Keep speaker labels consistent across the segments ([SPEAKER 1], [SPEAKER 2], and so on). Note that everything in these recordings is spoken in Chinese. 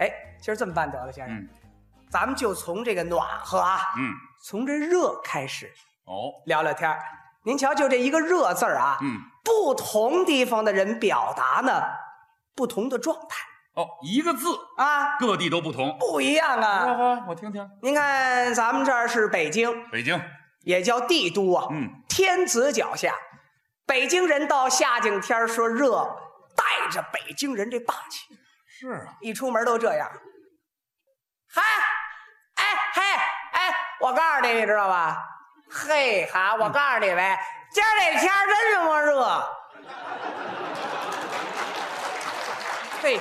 [SPEAKER 1] 哎今儿这么办得了，先生，
[SPEAKER 2] 嗯
[SPEAKER 1] 咱们就从这个暖和啊，
[SPEAKER 2] 嗯，
[SPEAKER 1] 从这热开始
[SPEAKER 2] 哦，
[SPEAKER 1] 聊聊天儿。您瞧，就这一个“热”字儿啊，
[SPEAKER 2] 嗯，
[SPEAKER 1] 不同地方的人表达呢，不同的状态
[SPEAKER 2] 哦，一个字，
[SPEAKER 1] 啊，
[SPEAKER 2] 各地都不同。
[SPEAKER 1] 不一样啊。
[SPEAKER 2] 好，我听听。
[SPEAKER 1] 您看，咱们这儿是北京，
[SPEAKER 2] 北京，
[SPEAKER 1] 也叫帝都啊，
[SPEAKER 2] 嗯，
[SPEAKER 1] 天子脚下。北京人到夏景天儿说热，带着北京人这霸气，
[SPEAKER 2] 是啊，
[SPEAKER 1] 一出门都这样。嗨，哎嘿，哎，我告诉你，你知道吧？嘿哈，我告诉你呗，今儿这天儿真他妈热。嘿，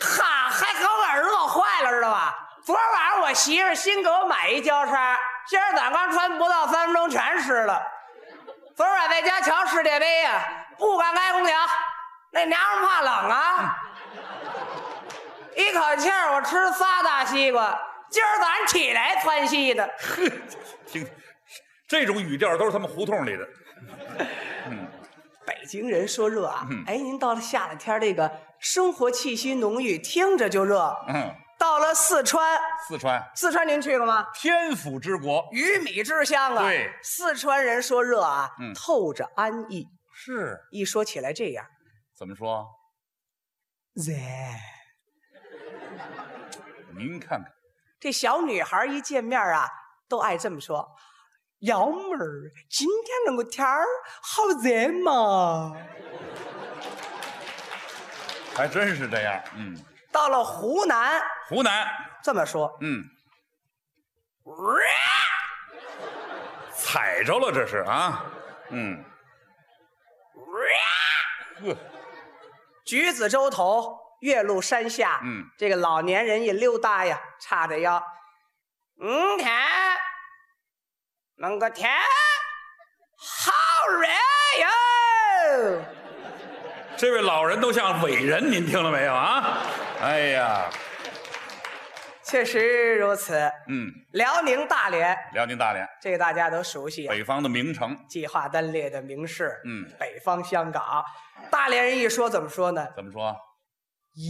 [SPEAKER 1] 哈，还给我给热坏了，知道吧？昨儿晚上我媳妇儿新给我买一胶衫，今儿早上刚穿不到三分钟全湿了。昨儿晚在家瞧世界杯呀、不敢开空调，那娘们儿怕冷啊。一口气儿我吃仨大西瓜，今儿早上起来窜稀的。
[SPEAKER 2] 听听，这种语调都是他们胡同里的。
[SPEAKER 1] 北京人说热啊，
[SPEAKER 2] 嗯
[SPEAKER 1] 哎，您到了夏天儿这个生活气息浓郁，听着就热。
[SPEAKER 2] 嗯，
[SPEAKER 1] 到了四川，
[SPEAKER 2] 四川，
[SPEAKER 1] 四川您去过吗？
[SPEAKER 2] 天府之国。
[SPEAKER 1] 鱼米之乡啊！
[SPEAKER 2] 对
[SPEAKER 1] 四川人说热啊，
[SPEAKER 2] 嗯
[SPEAKER 1] 透着安逸。
[SPEAKER 2] 是，
[SPEAKER 1] 一说起来这样，
[SPEAKER 2] 怎么说？
[SPEAKER 1] 热
[SPEAKER 2] 您看看，
[SPEAKER 1] 这小女孩一见面啊，都爱这么说：“幺妹儿，今天那个天儿好热嘛。
[SPEAKER 2] 还真是这样。嗯，”
[SPEAKER 1] 到了湖南，
[SPEAKER 2] 湖南，
[SPEAKER 1] 这么说
[SPEAKER 2] 嗯，踩着了这是啊。嗯，：“呵，
[SPEAKER 1] 橘子洲头，岳麓山下，
[SPEAKER 2] 嗯
[SPEAKER 1] 这个老年人一溜达呀，叉着腰，嗯天，那个天，好热哟！
[SPEAKER 2] 这位老人都像伟人，您听了没有啊？哎呀，
[SPEAKER 1] 确实如此。
[SPEAKER 2] 嗯，
[SPEAKER 1] 辽宁大连，
[SPEAKER 2] 辽宁大连，
[SPEAKER 1] 这个大家都熟悉啊，
[SPEAKER 2] 北方的名城。
[SPEAKER 1] 计划单列的名士，
[SPEAKER 2] 嗯
[SPEAKER 1] 北方香港，大连人一说怎么说呢？
[SPEAKER 2] 怎么说？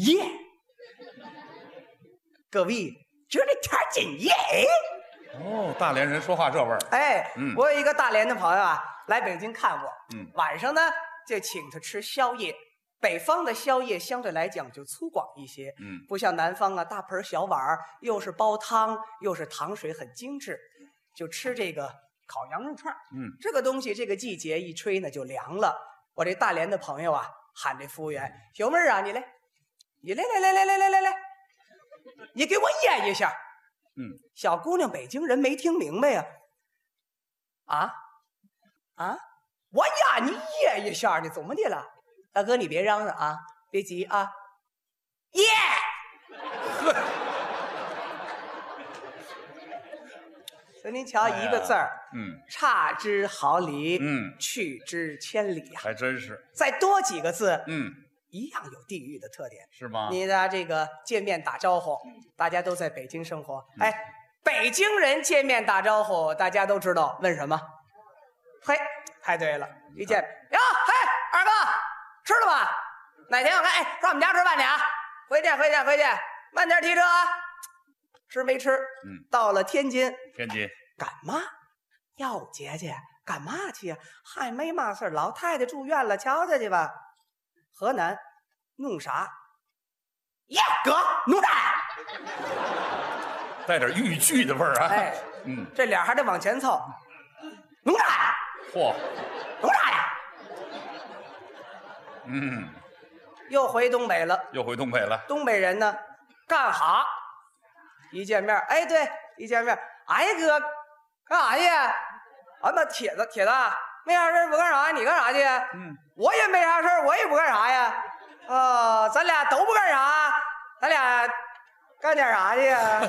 [SPEAKER 1] 耶，各位，觉得这天儿真耶！
[SPEAKER 2] 哦，大连人说话这味儿。
[SPEAKER 1] 哎，
[SPEAKER 2] 嗯
[SPEAKER 1] 我有一个大连的朋友啊，来北京看我，
[SPEAKER 2] 嗯
[SPEAKER 1] 晚上呢就请他吃宵夜。北方的宵夜相对来讲就粗犷一些，
[SPEAKER 2] 嗯，
[SPEAKER 1] 不像南方啊，大盆小碗儿，又是煲汤，又是糖水，很精致。就吃这个烤羊肉串儿
[SPEAKER 2] 嗯，
[SPEAKER 1] 这个东西这个季节一吹呢就凉了。我这大连的朋友啊，喊这服务
[SPEAKER 2] 嗯
[SPEAKER 1] 员：“小妹儿啊，你来，你来来来来来来来来，你给我演一下。”
[SPEAKER 2] 嗯，
[SPEAKER 1] 小姑娘，北京人没听明白呀、啊啊！我呀，你耶一下，你怎么的了？大哥，你别嚷嚷啊，别急啊，耶、 所以您瞧，一个字儿，
[SPEAKER 2] 嗯
[SPEAKER 1] 差之毫厘，
[SPEAKER 2] 嗯，
[SPEAKER 1] 去之千里呀、
[SPEAKER 2] 还真是。
[SPEAKER 1] 再多几个字，
[SPEAKER 2] 嗯，
[SPEAKER 1] 一样有地域的特点。
[SPEAKER 2] 是吗？
[SPEAKER 1] 你的这个见面打招呼，大家都在北京生活，
[SPEAKER 2] 嗯
[SPEAKER 1] 哎，北京人见面打招呼，大家都知道问什么。嘿，猜对了，一见哟，嘿，二哥，吃了吧？哪天我看，哎，上我们家吃饭去啊！回去，回去，回去，慢点提车啊！吃没吃？
[SPEAKER 2] 嗯，
[SPEAKER 1] 到了天津，
[SPEAKER 2] 天津，
[SPEAKER 1] 干嘛？哟，姐姐，干嘛去呀？嗨，没嘛事儿老太太住院了，瞧瞧去吧。河南，弄啥？耶，哥，弄啥？
[SPEAKER 2] 带点豫剧的味儿啊。
[SPEAKER 1] 哎，
[SPEAKER 2] 嗯，
[SPEAKER 1] 这俩还得往前凑。弄啥？
[SPEAKER 2] 嚯，
[SPEAKER 1] 弄啥呀？
[SPEAKER 2] 嗯，
[SPEAKER 1] 又回东北了。
[SPEAKER 2] 又回东北了。
[SPEAKER 1] 东北人呢，干哈？一见面，哎，对，一见面，哎哥，干啥去？俺们铁子，铁子，啊没啥事儿不干啥，你干啥去？
[SPEAKER 2] 嗯，
[SPEAKER 1] 我也没啥事儿，我也不干啥呀。啊、咱俩都不干啥，咱俩干点啥去呀？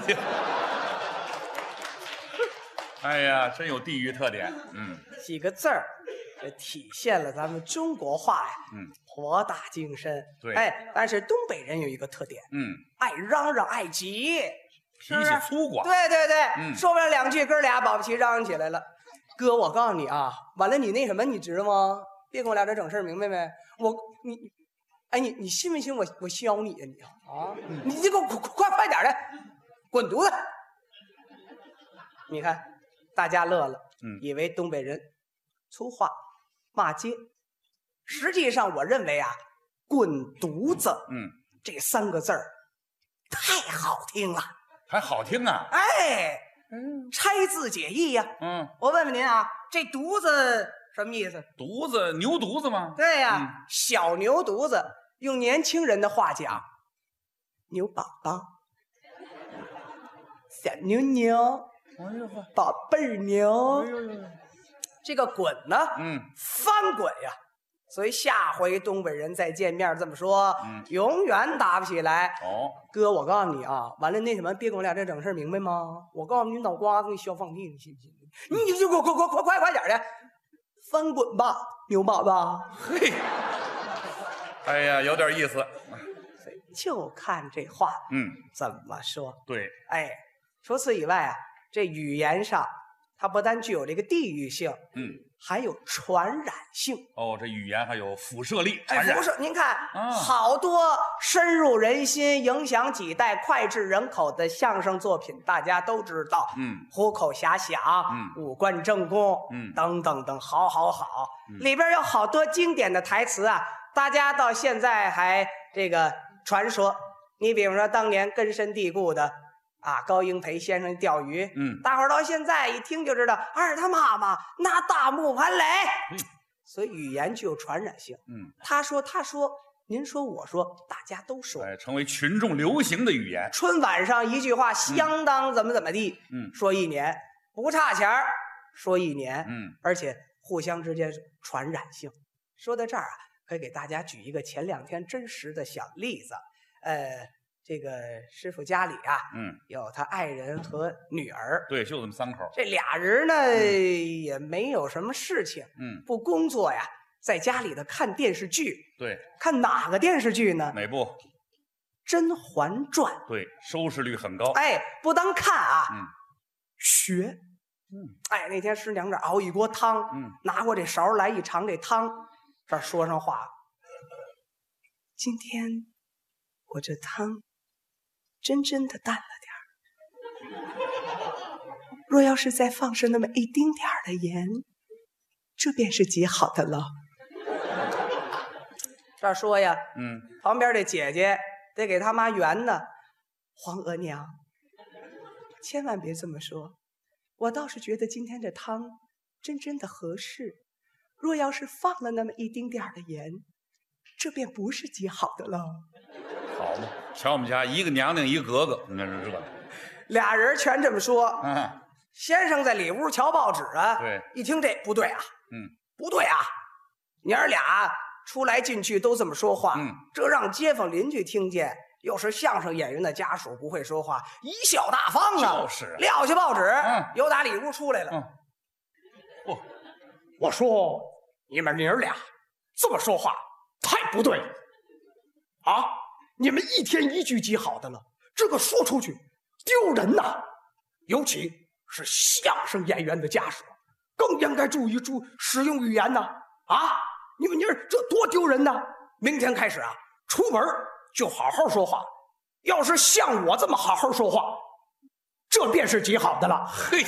[SPEAKER 2] 哎呀，真有地域特点。嗯
[SPEAKER 1] 几个字儿，这体现了咱们中国话呀，
[SPEAKER 2] 嗯
[SPEAKER 1] 博大精深。
[SPEAKER 2] 对
[SPEAKER 1] 哎，但是东北人有一个特点，
[SPEAKER 2] 嗯，
[SPEAKER 1] 爱嚷嚷，爱急，
[SPEAKER 2] 脾
[SPEAKER 1] 是不
[SPEAKER 2] 气
[SPEAKER 1] 是
[SPEAKER 2] 粗犷。
[SPEAKER 1] 对对对，
[SPEAKER 2] 嗯
[SPEAKER 1] 说不了两句，哥俩保不齐嚷嚷起来了。哥，我告诉你啊，完了你那什么，你知道吗？别跟我俩这整事儿，明白没？啊我你，哎你你信不信我我削你呀、你啊！你这个快快快儿的，滚犊子！你看，大家乐了，
[SPEAKER 2] 嗯
[SPEAKER 1] 以为东北人粗话骂街，实际上我认为啊，滚犊子
[SPEAKER 2] 嗯，
[SPEAKER 1] 这三个字儿太好听了，
[SPEAKER 2] 还好听啊。
[SPEAKER 1] 哎，
[SPEAKER 2] 嗯
[SPEAKER 1] 拆字解义呀、
[SPEAKER 2] 嗯，
[SPEAKER 1] 我问问您啊，这犊子什么意思？
[SPEAKER 2] 犊子牛犊子吗？
[SPEAKER 1] 对呀、
[SPEAKER 2] 嗯
[SPEAKER 1] 小牛犊子，用年轻人的话讲，牛宝宝， 小牛牛，
[SPEAKER 2] 哎呦呵，
[SPEAKER 1] 宝贝儿牛
[SPEAKER 2] 哎。呦呦，
[SPEAKER 1] 这个滚呢，
[SPEAKER 2] 嗯，
[SPEAKER 1] 翻滚呀。所以下回东北人再见面这么说，
[SPEAKER 2] 嗯
[SPEAKER 1] 永远打不起来。
[SPEAKER 2] 哦，
[SPEAKER 1] 哥，我告诉你啊，完了那什么，别跟我俩这整事儿明白吗？我告诉你，脑瓜子给你削放屁，你信不信？你就给我快快快快快点儿的，翻滚吧，牛宝宝！
[SPEAKER 2] 嘿，哎呀，有点意思。
[SPEAKER 1] 就看这话
[SPEAKER 2] 嗯，
[SPEAKER 1] 怎么说。
[SPEAKER 2] 对，
[SPEAKER 1] 哎，除此以外啊，这语言上它不但具有这个地域性，
[SPEAKER 2] 嗯，
[SPEAKER 1] 还有传染性。
[SPEAKER 2] 哦，这语言还有辐射力，
[SPEAKER 1] 哎
[SPEAKER 2] 传，染
[SPEAKER 1] 不。是，您看，
[SPEAKER 2] 啊
[SPEAKER 1] 好多深入人心、影响几代、脍炙人口的相声作品，大家都知道。
[SPEAKER 2] 嗯，
[SPEAKER 1] 虎口遐想，
[SPEAKER 2] 嗯
[SPEAKER 1] 五官正宫，
[SPEAKER 2] 嗯
[SPEAKER 1] 等等等，好好好，里边有好多经典的台词啊，大家到现在还这个传说。你比方说当年根深蒂固的啊，高英培先生钓鱼，
[SPEAKER 2] 嗯
[SPEAKER 1] 大伙儿到现在一听就知道，二他妈妈拿大木盘垒，
[SPEAKER 2] 嗯
[SPEAKER 1] 所以语言具有传染性。
[SPEAKER 2] 嗯，
[SPEAKER 1] 他说，他说，您说，我说，大家都说。
[SPEAKER 2] 哎，成为群众流行的语言。
[SPEAKER 1] 春晚上一句话相当怎么怎么地，
[SPEAKER 2] 嗯
[SPEAKER 1] 说一年不差钱儿，说一年，
[SPEAKER 2] 嗯，
[SPEAKER 1] 而且互相之间传染性。说到这儿啊，可以给大家举一个前两天真实的小例子。呃，这个师傅家里啊，
[SPEAKER 2] 嗯，
[SPEAKER 1] 有他爱人和女儿，
[SPEAKER 2] 对，就这么三口。
[SPEAKER 1] 这俩人呢、也没有什么事情，
[SPEAKER 2] 嗯，
[SPEAKER 1] 不工作呀，在家里头看电视剧，
[SPEAKER 2] 对，
[SPEAKER 1] 看哪个电视剧呢？
[SPEAKER 2] 哪部？
[SPEAKER 1] 《甄嬛传》。
[SPEAKER 2] 对，收视率很高。
[SPEAKER 1] 哎，不当看啊，
[SPEAKER 2] 嗯
[SPEAKER 1] 学。
[SPEAKER 2] 嗯
[SPEAKER 1] 哎，那天师娘这儿熬一锅汤，
[SPEAKER 2] 嗯，
[SPEAKER 1] 拿过这勺儿来一尝这汤，这儿说上话。今天我这汤真真的淡了点儿，若要是再放上那么一丁点儿的盐，这便是极好的了。 这儿说呀，
[SPEAKER 2] 嗯，
[SPEAKER 1] 旁边这姐姐得给他妈圆呢。皇额娘，千万别这么说，我倒是觉得今天这汤真真的合适。若要是放了那么一丁点儿的盐，这便不是极好的了。
[SPEAKER 2] 好嘛，瞧我们家一个娘娘一个格格，你看这这。
[SPEAKER 1] 俩人全这么说。
[SPEAKER 2] 嗯，
[SPEAKER 1] 先生在里屋瞧报纸啊，
[SPEAKER 2] 对，
[SPEAKER 1] 一听这不对啊，
[SPEAKER 2] 嗯，
[SPEAKER 1] 不对啊，娘儿俩出来进去都这么说话，
[SPEAKER 2] 嗯，
[SPEAKER 1] 这让街坊邻居听见，又是相声演员的家属不会说话，贻笑大方啊，
[SPEAKER 2] 就是啊
[SPEAKER 1] 撂下报纸，
[SPEAKER 2] 嗯
[SPEAKER 1] 又打里屋出来了。
[SPEAKER 2] 嗯嚯
[SPEAKER 1] 嗯哦我说你们娘儿俩这么说话太不对了啊！你们一天一句极好的了，这个说出去丢人呐，尤其是相声演员的家属。更应该注意注使用语言呢。啊，你们你们这多丢人呢！明天开始啊，出门就好好说话。要是像我这么好好说话，这便是极好的了。
[SPEAKER 2] 嘿，